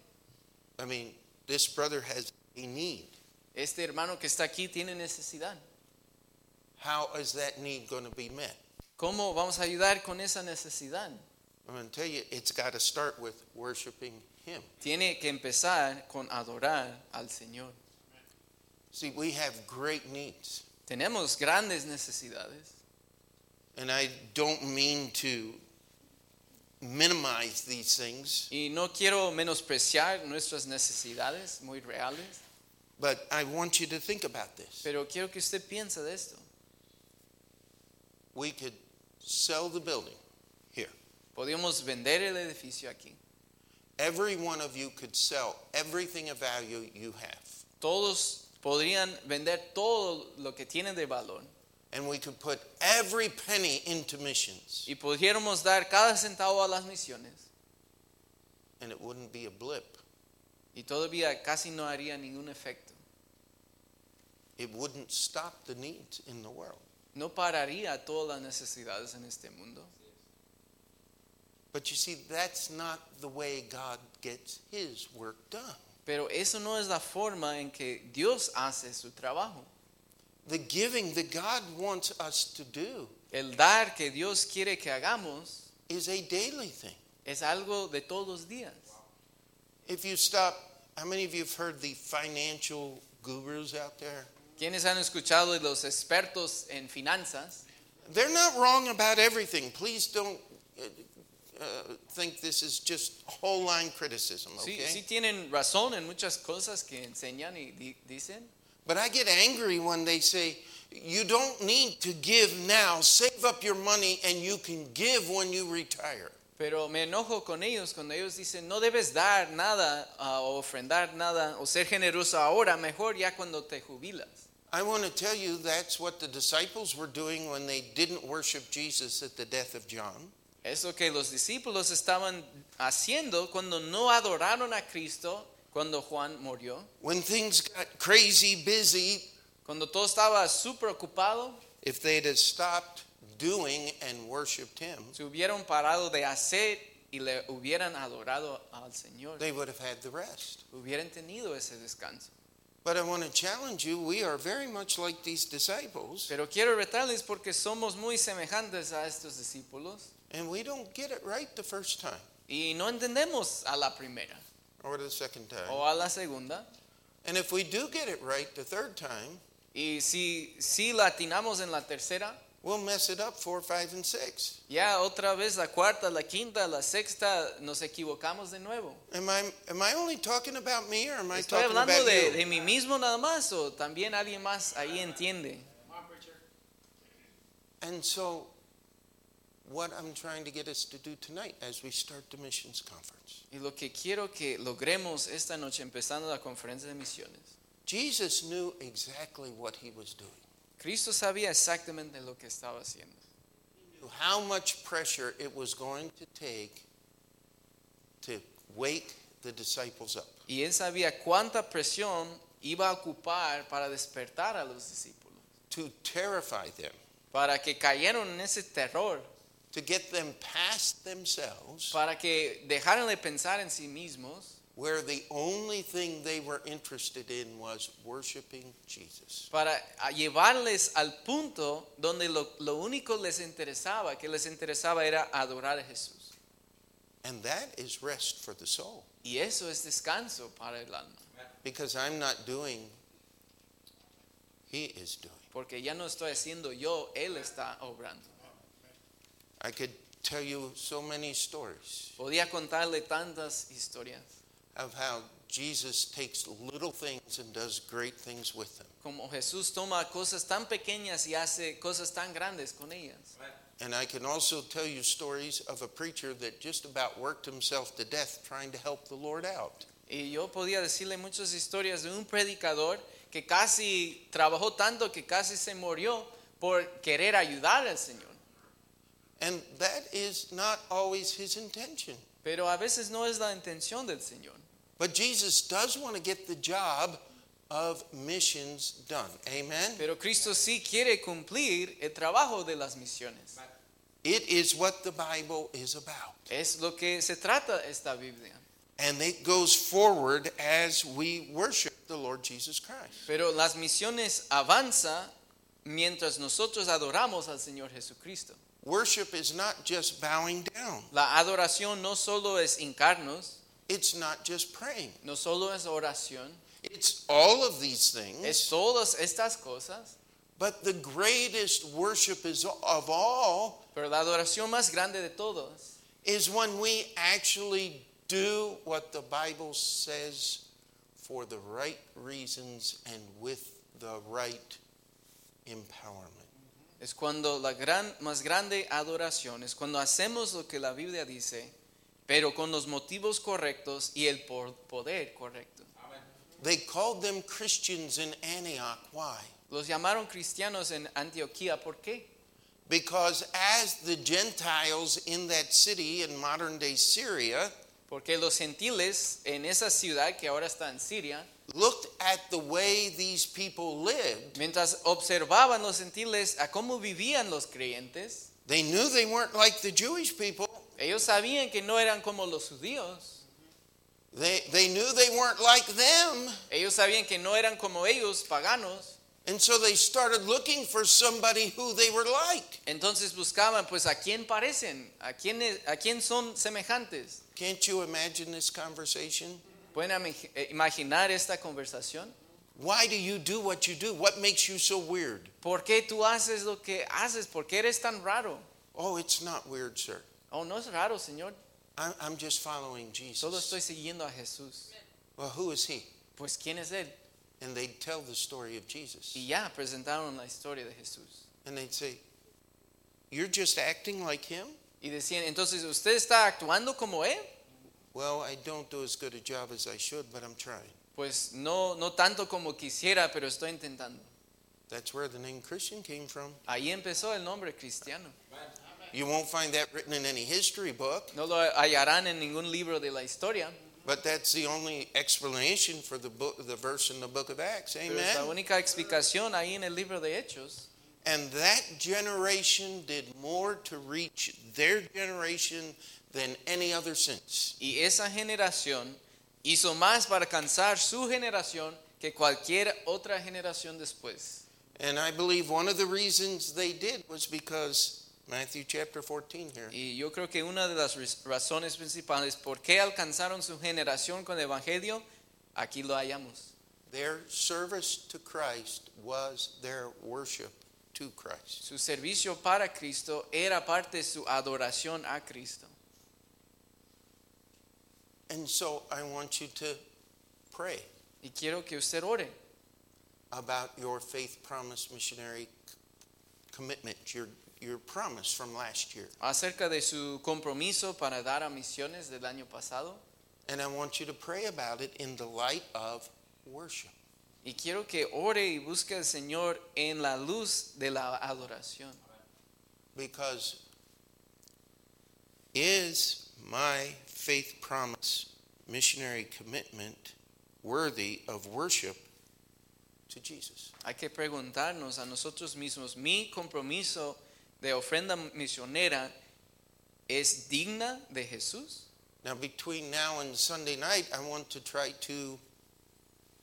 Speaker 1: I mean, this brother has a need.
Speaker 2: Este hermano que está aquí tiene necesidad.
Speaker 1: How is that need going to be met?
Speaker 2: ¿Cómo vamos a ayudar con esa necesidad?
Speaker 1: I'm going to tell you, it's got to start with worshiping Him.
Speaker 2: Tiene que empezar con adorar al Señor.
Speaker 1: See, we have great needs.
Speaker 2: Tenemos grandes necesidades.
Speaker 1: And I don't mean to minimize these things,
Speaker 2: Y no quiero menospreciar nuestras necesidades muy reales,
Speaker 1: but I want you to think about this.
Speaker 2: pero quiero que usted piense de esto.
Speaker 1: We could sell the building here.
Speaker 2: Podríamos vender el edificio aquí.
Speaker 1: Every one of you could sell everything of value you have,
Speaker 2: Todos podrían vender todo lo que tienen de valor
Speaker 1: and we could put every penny into missions,
Speaker 2: y pudiéramos dar cada centavo a las misiones
Speaker 1: and it wouldn't be a blip.
Speaker 2: y todavía casi no haría ningún efecto.
Speaker 1: It wouldn't stop the needs in the world.
Speaker 2: No pararía todas las necesidades en este mundo.
Speaker 1: But you see, that's not the way God gets His work done.
Speaker 2: Pero eso no es la forma en que Dios hace su trabajo.
Speaker 1: The giving that God wants us to do
Speaker 2: El dar que Dios quiere que hagamos
Speaker 1: is a daily thing.
Speaker 2: es algo de todos los días.
Speaker 1: If you stop, how many of you have heard the financial gurus out there?
Speaker 2: Quienes han escuchado de los expertos en finanzas,
Speaker 1: They're not wrong about everything. Please don't uh, uh, think this is just whole line criticism, okay?
Speaker 2: sí, sí tienen razón en muchas cosas que enseñan y di- dicen,
Speaker 1: But I get angry when they say, you don't need to give now. Save up your money and you can give when you retire.
Speaker 2: Pero me enojo con ellos cuando ellos dicen, no debes dar nada ah, o ofrendar nada o ser generoso ahora, mejor ya cuando te jubilas.
Speaker 1: I want to tell you that's what the disciples were doing when they didn't worship Jesus at the death of John.
Speaker 2: Es lo que los discípulos estaban haciendo cuando no adoraron a Cristo, cuando Juan murió.
Speaker 1: When things got crazy busy,
Speaker 2: Cuando todo estaba súper ocupado,
Speaker 1: if they'd have stopped doing and worshiped him,
Speaker 2: se hubieran parado de hacer y le hubieran adorado al Señor.
Speaker 1: they would have had the rest.
Speaker 2: Hubieran tenido ese descanso.
Speaker 1: But I want to challenge you, we are very much like these disciples,
Speaker 2: Pero quiero retarles porque somos muy semejantes a estos discípulos
Speaker 1: and we don't get it right the first time
Speaker 2: y no entendemos a la primera
Speaker 1: or the second time.
Speaker 2: o a la segunda.
Speaker 1: And if we do get it right the third time,
Speaker 2: Y si, si la atinamos en la tercera,
Speaker 1: we'll mess it up four, five, and six.
Speaker 2: ya otra vez la cuarta, la quinta, la sexta, nos equivocamos de nuevo.
Speaker 1: Am I, am I only talking about me or am I
Speaker 2: Estoy
Speaker 1: talking about
Speaker 2: hablando de,
Speaker 1: you?
Speaker 2: de mí mismo nada más o también alguien más ahí entiende.
Speaker 1: And so, what I'm trying to get us to do tonight as we start the missions conference,
Speaker 2: Y lo que quiero que logremos esta noche empezando la conferencia de misiones.
Speaker 1: Jesus knew exactly what he was doing,
Speaker 2: Cristo sabía exactamente lo que estaba haciendo.
Speaker 1: He knew how much pressure it was going to take to wake the disciples up.
Speaker 2: Y él sabía cuánta presión iba a ocupar para despertar a los discípulos,
Speaker 1: to terrify them,
Speaker 2: para que cayeron en ese terror,
Speaker 1: to get them past themselves,
Speaker 2: para que dejaran de pensar en sí mismos,
Speaker 1: where the only thing they were interested in was worshiping Jesus.
Speaker 2: para a- llevarles al punto donde lo, lo único les interesaba, que les interesaba era adorar a Jesús.
Speaker 1: And that is rest for the soul,
Speaker 2: Y eso es descanso para el alma,
Speaker 1: because I'm not doing, He is doing.
Speaker 2: porque ya no estoy haciendo yo, Él está obrando.
Speaker 1: I could tell you so many stories
Speaker 2: Podía contarle tantas historias,
Speaker 1: of how Jesus takes little things and does great things with them.
Speaker 2: como Jesús toma cosas tan pequeñas y hace cosas tan grandes con ellas.
Speaker 1: And I can also tell you stories of a preacher that just about worked himself to death trying to help the Lord out.
Speaker 2: Y yo podía decirle muchas historias de un predicador que casi trabajó tanto que casi se murió por querer ayudar al Señor.
Speaker 1: And that is not always his intention.
Speaker 2: Pero a veces no es la intención del Señor.
Speaker 1: But Jesus does want to get the job of missions done. Amen?
Speaker 2: Pero Cristo sí quiere cumplir el trabajo de las misiones.
Speaker 1: It is what the Bible is about.
Speaker 2: Es lo que se trata esta Biblia.
Speaker 1: And it goes forward as we worship the Lord Jesus Christ.
Speaker 2: Pero las misiones avanza mientras nosotros adoramos al Señor Jesucristo.
Speaker 1: Worship is not just bowing down,
Speaker 2: La adoración no solo es hincarnos,
Speaker 1: it's not just praying.
Speaker 2: no solo es oración,
Speaker 1: It's all of these
Speaker 2: es
Speaker 1: things.
Speaker 2: todas estas cosas.
Speaker 1: But the greatest worship is of all
Speaker 2: Pero la adoración más grande de todos
Speaker 1: is when we actually do what the Bible says for the right reasons and with the right empowerment.
Speaker 2: es cuando la gran, más grande adoración es cuando hacemos lo que la Biblia dice, pero con los motivos correctos y el por- poder correcto.
Speaker 1: They called them Christians in Antioch. Why?
Speaker 2: Los llamaron cristianos en Antioquía, ¿por qué?
Speaker 1: Because as the Gentiles in that city in modern day Syria
Speaker 2: Porque los gentiles en esa ciudad que ahora está en Siria,
Speaker 1: looked at the way these people lived,
Speaker 2: mientras observaban los gentiles a cómo vivían los creyentes,
Speaker 1: they knew they weren't like the Jewish people.
Speaker 2: ellos sabían que no eran como los judíos,
Speaker 1: They, they knew they weren't like them.
Speaker 2: ellos sabían que no eran como ellos, paganos,
Speaker 1: And so they started looking for somebody who they were like.
Speaker 2: Entonces buscaban, pues, a quién parecen, a quién, es- a quién son semejantes.
Speaker 1: Can't you imagine this conversation?
Speaker 2: ¿Pueden ami- eh, imaginar esta conversación?
Speaker 1: Why do you do what you do? What makes you so weird?
Speaker 2: ¿Por qué tú haces lo que haces? ¿Por qué eres tan raro?
Speaker 1: Oh, it's not weird, sir.
Speaker 2: Oh, no es raro, Señor.
Speaker 1: I'm, I'm just following
Speaker 2: Solo
Speaker 1: Jesus.
Speaker 2: estoy siguiendo a Jesús.
Speaker 1: Well, who is he?
Speaker 2: Pues, ¿quién es Él?
Speaker 1: And they'd tell the story of Jesus.
Speaker 2: Y ya presentaron la historia de Jesús.
Speaker 1: And they'd say, You're just acting like him?
Speaker 2: Y decían, entonces, ¿usted está actuando como él?
Speaker 1: Well, I don't do as good a job as I should, but I'm trying.
Speaker 2: Pues no, no tanto como quisiera, pero estoy intentando.
Speaker 1: That's where the name Christian came from.
Speaker 2: Ahí empezó el nombre cristiano.
Speaker 1: You won't find that written in any history book,
Speaker 2: No lo hallarán en ningún libro de la historia,
Speaker 1: but that's the only explanation for the book, the verse in the book of Acts.
Speaker 2: pero es la
Speaker 1: Amen.
Speaker 2: única explicación ahí en el libro de Hechos.
Speaker 1: And that generation did more to reach their generation than any other since.
Speaker 2: Y esa generación hizo más para alcanzar su generación que cualquier otra generación después.
Speaker 1: And I believe one of the reasons they did was because Matthew chapter 14 here.
Speaker 2: Y yo creo que una de las ris- razones principales por qué alcanzaron su generación con el Evangelio, aquí lo hallamos.
Speaker 1: Their service to Christ was their worship to Christ.
Speaker 2: Su servicio para Cristo era parte de su adoración a Cristo.
Speaker 1: And so I want you to pray
Speaker 2: Y quiero que usted ore
Speaker 1: about your faith promise missionary commitment, your, your promise from last year.
Speaker 2: acerca de su compromiso para dar a misiones del año pasado.
Speaker 1: And I want you to pray about it in the light of worship.
Speaker 2: Y quiero que ore y busque al Señor en la luz de la adoración.
Speaker 1: Because is my faith promise missionary commitment worthy of worship to Jesus?
Speaker 2: Hay que preguntarnos a nosotros mismos, ¿mi compromiso de ofrenda misionera es digna de Jesús?
Speaker 1: Now, between now and Sunday night, I want to try to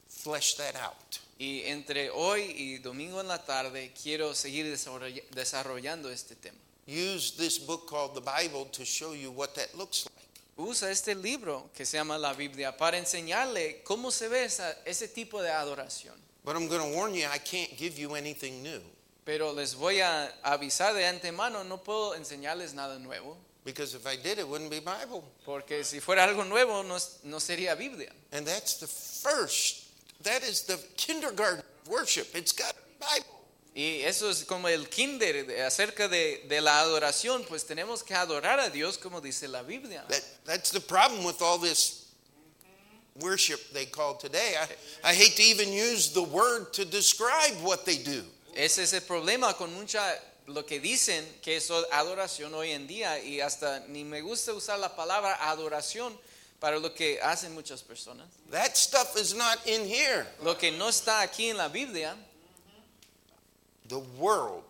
Speaker 1: flesh that out.
Speaker 2: Y entre hoy y domingo en la tarde quiero seguir desarroll- desarrollando este tema.
Speaker 1: Use this book called the Bible to show you what that looks like.
Speaker 2: Usa este libro que se llama la Biblia para enseñarle cómo se ve esa- ese tipo de adoración.
Speaker 1: But I'm going to warn you, I can't give you anything new
Speaker 2: Pero les voy a avisar de antemano, no puedo enseñarles nada nuevo,
Speaker 1: because if I did, it wouldn't be Bible.
Speaker 2: porque si fuera algo nuevo no, es- no sería Biblia.
Speaker 1: And that's the first, that is the kindergarten of worship. It's got to be Bible.
Speaker 2: Y eso es como el kinder de- acerca de, de la adoración, pues tenemos que adorar a Dios como dice la Biblia.
Speaker 1: That, that's the problem with all this worship they call today. I, I hate to even use the word to describe what they do.
Speaker 2: Ese es el problema con mucha lo que dicen que es adoración hoy en día y hasta ni me gusta usar la palabra adoración para lo que hacen muchas personas.
Speaker 1: That stuff is not in here.
Speaker 2: Lo que no está aquí en la Biblia,
Speaker 1: The world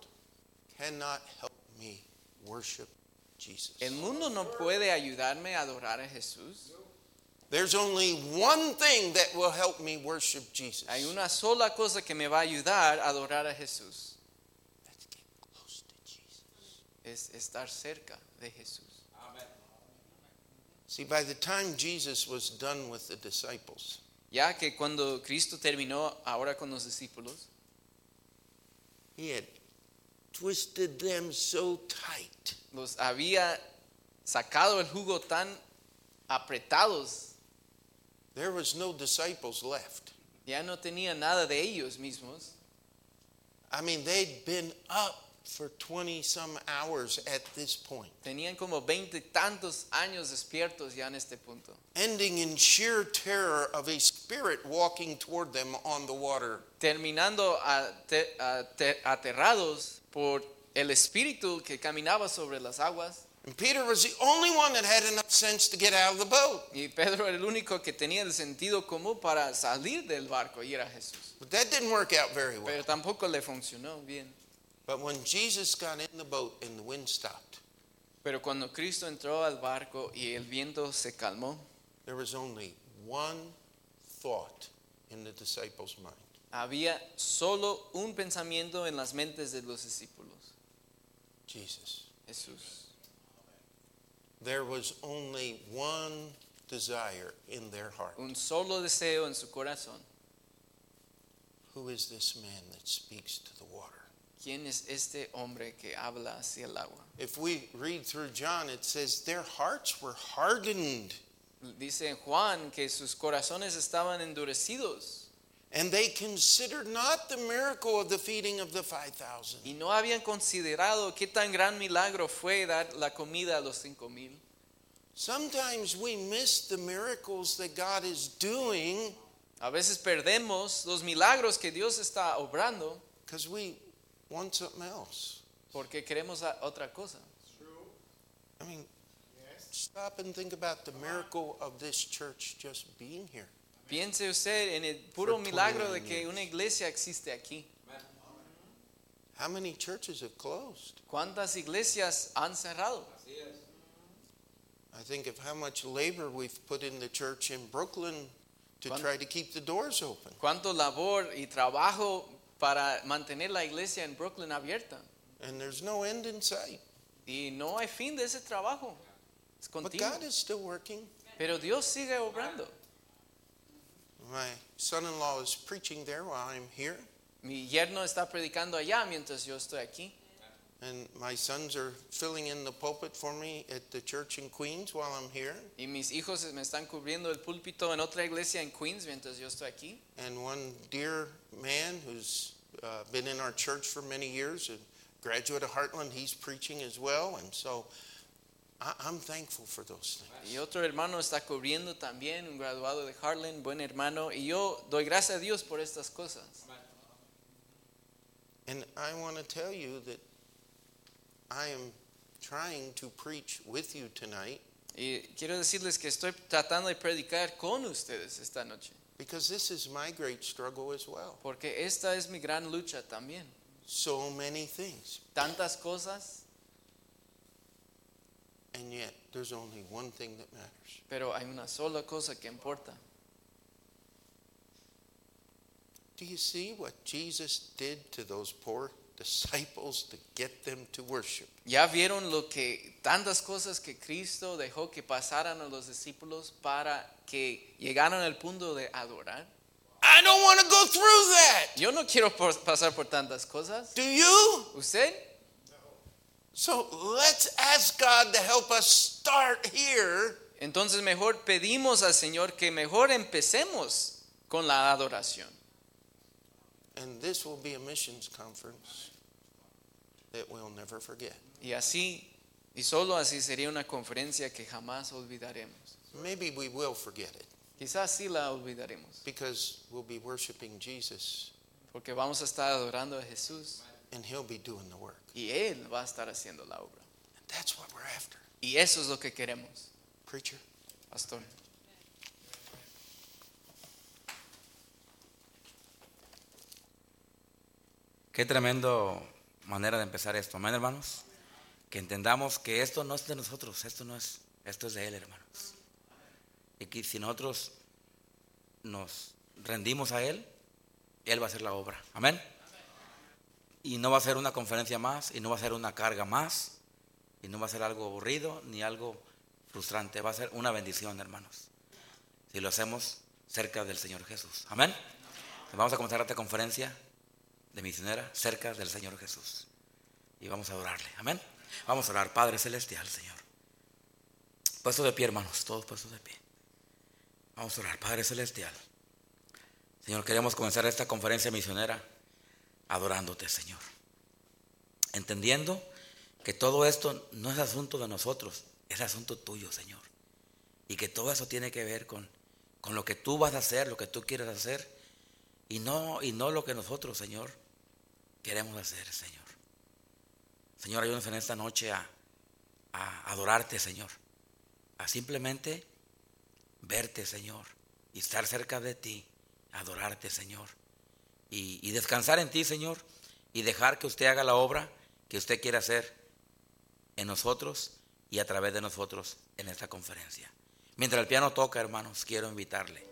Speaker 1: cannot help me worship Jesus.
Speaker 2: el mundo no puede ayudarme a adorar a Jesús.
Speaker 1: There's only one thing that will help me worship Jesus.
Speaker 2: Hay una sola cosa que me va a ayudar a adorar a Jesús,
Speaker 1: Let's get close to Jesus.
Speaker 2: es estar cerca de Jesús.
Speaker 1: See, by the time Jesus was done with the disciples,
Speaker 2: Ya que cuando Cristo terminó ahora con los discípulos,
Speaker 1: he had twisted them so tight
Speaker 2: los había sacado el jugo tan apretados
Speaker 1: there was no disciples left.
Speaker 2: ya no tenía nada de ellos mismos.
Speaker 1: I mean, they'd been up for 20 some hours at this point,
Speaker 2: Tenían como veinte tantos años despiertos ya en este punto.
Speaker 1: ending in sheer terror of a spirit walking toward them on the water.
Speaker 2: Terminando ate- ate- aterrados por el espíritu que caminaba sobre las aguas.
Speaker 1: And Peter was the only one that had enough sense to get out of the boat.
Speaker 2: Y Pedro era el único que tenía el sentido común para salir del barco y era Jesús.
Speaker 1: But that didn't work out very well.
Speaker 2: Pero tampoco le funcionó bien.
Speaker 1: But when Jesus got in the boat and the wind stopped,
Speaker 2: Pero cuando Cristo entró al barco y el viento se calmó,
Speaker 1: there was only one thought in the disciples' mind
Speaker 2: había solo un pensamiento en las mentes de los discípulos.
Speaker 1: Jesus.
Speaker 2: Jesús.
Speaker 1: There was only one desire in their heart.
Speaker 2: un solo deseo en su corazón.
Speaker 1: Who is this man that speaks to the water?
Speaker 2: ¿Quién es este hombre que habla hacia el agua?
Speaker 1: If we read through John, it says their hearts were hardened.
Speaker 2: Dice Juan que sus corazones estaban endurecidos
Speaker 1: And they considered not the miracle of the feeding of the 5,000,
Speaker 2: Y no habían considerado qué tan gran milagro fue dar la comida a los cinco mil.
Speaker 1: Sometimes we miss the miracles that God is doing
Speaker 2: A veces perdemos los milagros que Dios está obrando
Speaker 1: because we want something else.
Speaker 2: porque queremos a- otra cosa.
Speaker 1: I mean, stop and think about the miracle of this church just being here.
Speaker 2: Piense usted en el puro
Speaker 1: For 29
Speaker 2: milagro de que
Speaker 1: years.
Speaker 2: una iglesia existe aquí.
Speaker 1: How many churches have closed?
Speaker 2: ¿Cuántas iglesias han cerrado?
Speaker 1: I think of how much labor we've put in the church in Brooklyn to
Speaker 2: Cuán-
Speaker 1: try to keep the doors open.
Speaker 2: ¿Cuánto labor y trabajo para mantener la iglesia en Brooklyn abierta?
Speaker 1: And there's no end in sight.
Speaker 2: Y no hay fin de ese trabajo. Es
Speaker 1: But
Speaker 2: continuo.
Speaker 1: God is still working.
Speaker 2: Pero Dios sigue obrando.
Speaker 1: My son in law is preaching there while I'm here,
Speaker 2: Mi yerno está predicando allá mientras yo estoy aquí.
Speaker 1: and my sons are filling in the pulpit for me at the church in Queens while I'm here,
Speaker 2: Y mis hijos me están cubriendo el púlpito en otra iglesia en Queens mientras yo estoy aquí.
Speaker 1: and one dear man who's uh, been in our church for many years, a graduate of Heartland, he's preaching as well, and so I- I'm thankful for those things.
Speaker 2: Y otro hermano está cubriendo también, un graduado de Harlem, buen hermano. Y yo doy gracias a Dios por estas cosas.
Speaker 1: And I want to tell you that I am trying to preach with you tonight
Speaker 2: Y quiero decirles que estoy tratando de predicar con ustedes esta noche,
Speaker 1: because this is my great struggle as well.
Speaker 2: porque esta es mi gran lucha también.
Speaker 1: So many things.
Speaker 2: Tantas cosas,
Speaker 1: And yet, there's only one thing that matters.
Speaker 2: pero hay una sola cosa que importa.
Speaker 1: Do you see what Jesus did to those poor disciples to get them to worship?
Speaker 2: Ya vieron lo que tantas cosas que Cristo dejó que pasaran a los discípulos para que llegaran al punto de adorar.
Speaker 1: I don't want to go through that.
Speaker 2: Yo no quiero por- pasar por tantas cosas.
Speaker 1: Do you?
Speaker 2: ¿Usted?
Speaker 1: So let's ask God to help us start here
Speaker 2: Entonces mejor pedimos al Señor que mejor empecemos con la adoración.
Speaker 1: And this will be a missions conference that we'll never forget.
Speaker 2: Y así, y solo así sería una conferencia que jamás olvidaremos.
Speaker 1: Maybe we will forget it
Speaker 2: Quizás sí la olvidaremos,
Speaker 1: because we'll be worshiping Jesus
Speaker 2: porque vamos a estar adorando a Jesús
Speaker 1: and He'll be doing the work.
Speaker 2: y Él va a estar haciendo la obra.
Speaker 1: And that's what we're after.
Speaker 2: Y eso es lo que queremos,
Speaker 1: Preacher,
Speaker 2: pastor.
Speaker 3: Qué tremendo manera de empezar esto, amén, hermanos. Que entendamos que esto no es de nosotros, esto no es, esto es de Él, hermanos. Y que si nosotros nos rendimos a Él, Él va a hacer la obra, amén. Y no va a ser una conferencia más, y no va a ser una carga más, y no va a ser algo aburrido ni algo frustrante, va a ser una bendición, hermanos. Si lo hacemos cerca del Señor Jesús, amén. Vamos a comenzar esta conferencia de misionera cerca del Señor Jesús. Y vamos a orarle. Amén. Vamos a orar, Padre Celestial, Señor. Puesto de pie, hermanos, todos puestos de pie. Vamos a orar, Padre Celestial. Señor, queremos comenzar esta conferencia misionera adorándote, Señor. Entendiendo que todo esto no es asunto de nosotros, es asunto tuyo, Señor. Y que todo eso tiene que ver con, con lo que tú vas a hacer, lo que tú quieres hacer y no, y no lo que nosotros, Señor, queremos hacer, Señor. Señor, ayúdanos en esta noche a, a adorarte, Señor. A simplemente verte, Señor. Y estar cerca de ti. Adorarte, Señor. Y, y descansar en ti, Señor. Y dejar que usted haga la obra que usted quiere hacer en nosotros y a través de nosotros en esta conferencia. Mientras el piano toca, hermanos, quiero invitarle.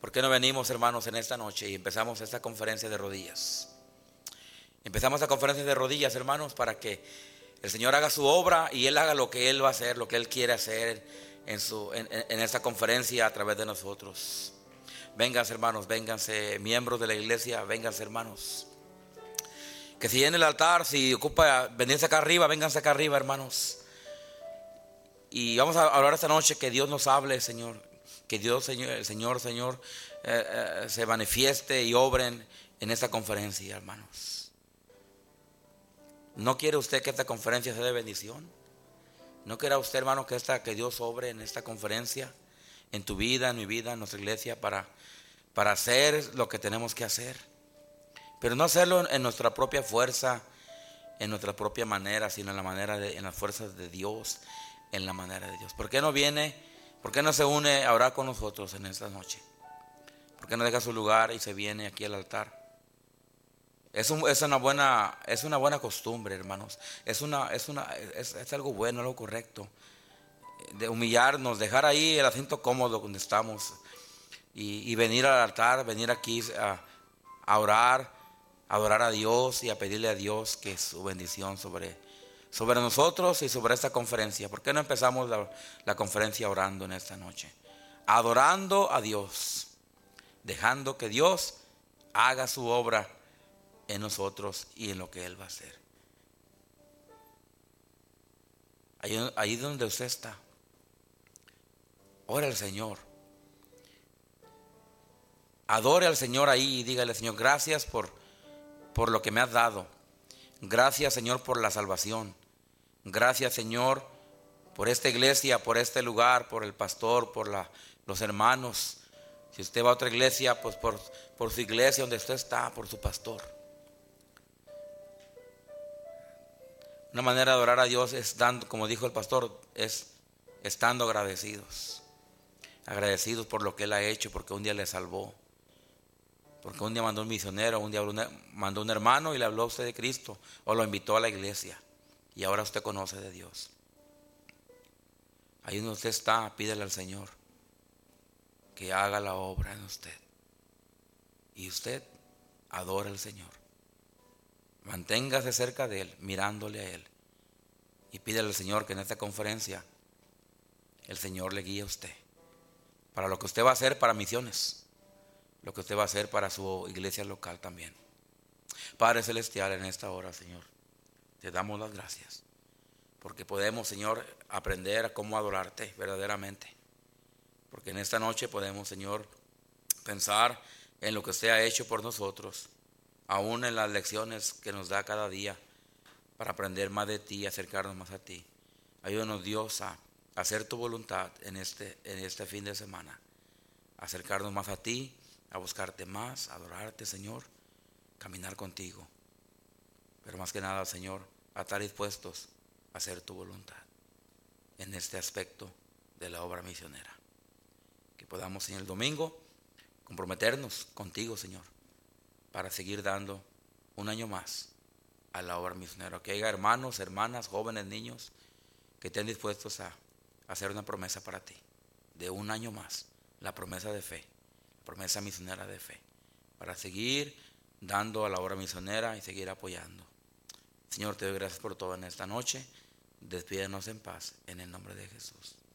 Speaker 3: ¿Por qué no venimos, hermanos, en esta noche y empezamos esta conferencia de rodillas? Empezamos la conferencia de rodillas, hermanos, para que el Señor haga su obra y Él haga lo que Él va a hacer, lo que Él quiere hacer en, su, en, en- en esta conferencia a través de nosotros. Vénganse, hermanos, vénganse, miembros de la iglesia, vénganse, hermanos. Que si en el altar, si ocupa venirse acá arriba, vénganse acá arriba, hermanos. Y vamos a hablar esta noche que Dios nos hable, Señor. que Dios, Señor, el Señor, Señor, eh, eh, se manifieste y obren en esta conferencia, hermanos. ¿No quiere usted que esta conferencia sea de bendición? ¿No quiera usted, hermano, que, esta, que Dios obre en esta conferencia, en tu vida, en mi vida, en nuestra iglesia, para, para hacer lo que tenemos que hacer? Pero no hacerlo en, en nuestra propia fuerza, en nuestra propia manera, sino en la manera de, en las fuerzas de Dios, en la manera de Dios. ¿Por qué no viene? ¿Por qué no se une a orar con nosotros en esta noche? ¿Por qué no deja su lugar y se viene aquí al altar? Es, un- es una, buena, es una buena costumbre, hermanos. Es, una, es, una, es, es algo bueno, algo correcto. De humillarnos, dejar ahí el asiento cómodo donde estamos y, y venir al altar, venir aquí a, a orar, a adorar a Dios y a pedirle a Dios que su bendición sobre, sobre nosotros y sobre esta conferencia. ¿Por qué no empezamos la, la conferencia orando en esta noche? Adorando a Dios, dejando que Dios haga su obra en nosotros y en lo que Él va a hacer. Ahí, ahí donde usted está, ora al Señor. Adore al Señor ahí y dígale, Señor, gracias por, por lo que me has dado. Gracias, Señor, por la salvación. Gracias, Señor, por esta iglesia, por este lugar, por el pastor, por la- los hermanos. Si usted va a otra iglesia, pues por, por su iglesia donde usted está, por su pastor. Una manera de adorar a Dios es dando, como dijo el pastor, es estando agradecidos. Agradecidos por lo que Él ha hecho, porque un día le salvó. Porque un día mandó un misionero, un día habló una- mandó un hermano y le habló a usted de Cristo o lo invitó a la iglesia. Y ahora usted conoce de Dios. Ahí donde usted está, pídele al Señor que haga la obra en usted. Y usted adora al Señor. Manténgase cerca de Él, mirándole a Él. Y pídele al Señor que en esta conferencia el Señor le guíe a usted. Para lo que usted va a hacer para misiones lo que usted va a hacer para su iglesia local también. Padre Celestial, en esta hora, Señor, te damos las gracias, porque podemos, Señor, aprender a cómo adorarte verdaderamente. Porque en esta noche podemos, Señor, pensar en lo que usted ha hecho por nosotros, aún en las lecciones que nos da cada día, para aprender más de ti, acercarnos más a ti. Ayúdanos, Dios, a hacer tu voluntad en este, en este fin de semana acercarnos más a ti, a buscarte más, a adorarte, Señor, caminar contigo. Pero más que nada, Señor, a estar dispuestos a hacer tu voluntad en este aspecto de la obra misionera. Que podamos en el domingo comprometernos contigo, Señor, para seguir dando un año más a la obra misionera. Que haya hermanos, hermanas, jóvenes, niños que estén dispuestos a hacer una promesa para ti de un año más, la promesa de fe, la promesa misionera de fe, para seguir dando a la obra misionera y seguir apoyando. Señor, te doy gracias por todo en esta noche. Despídenos en paz, en el nombre de Jesús.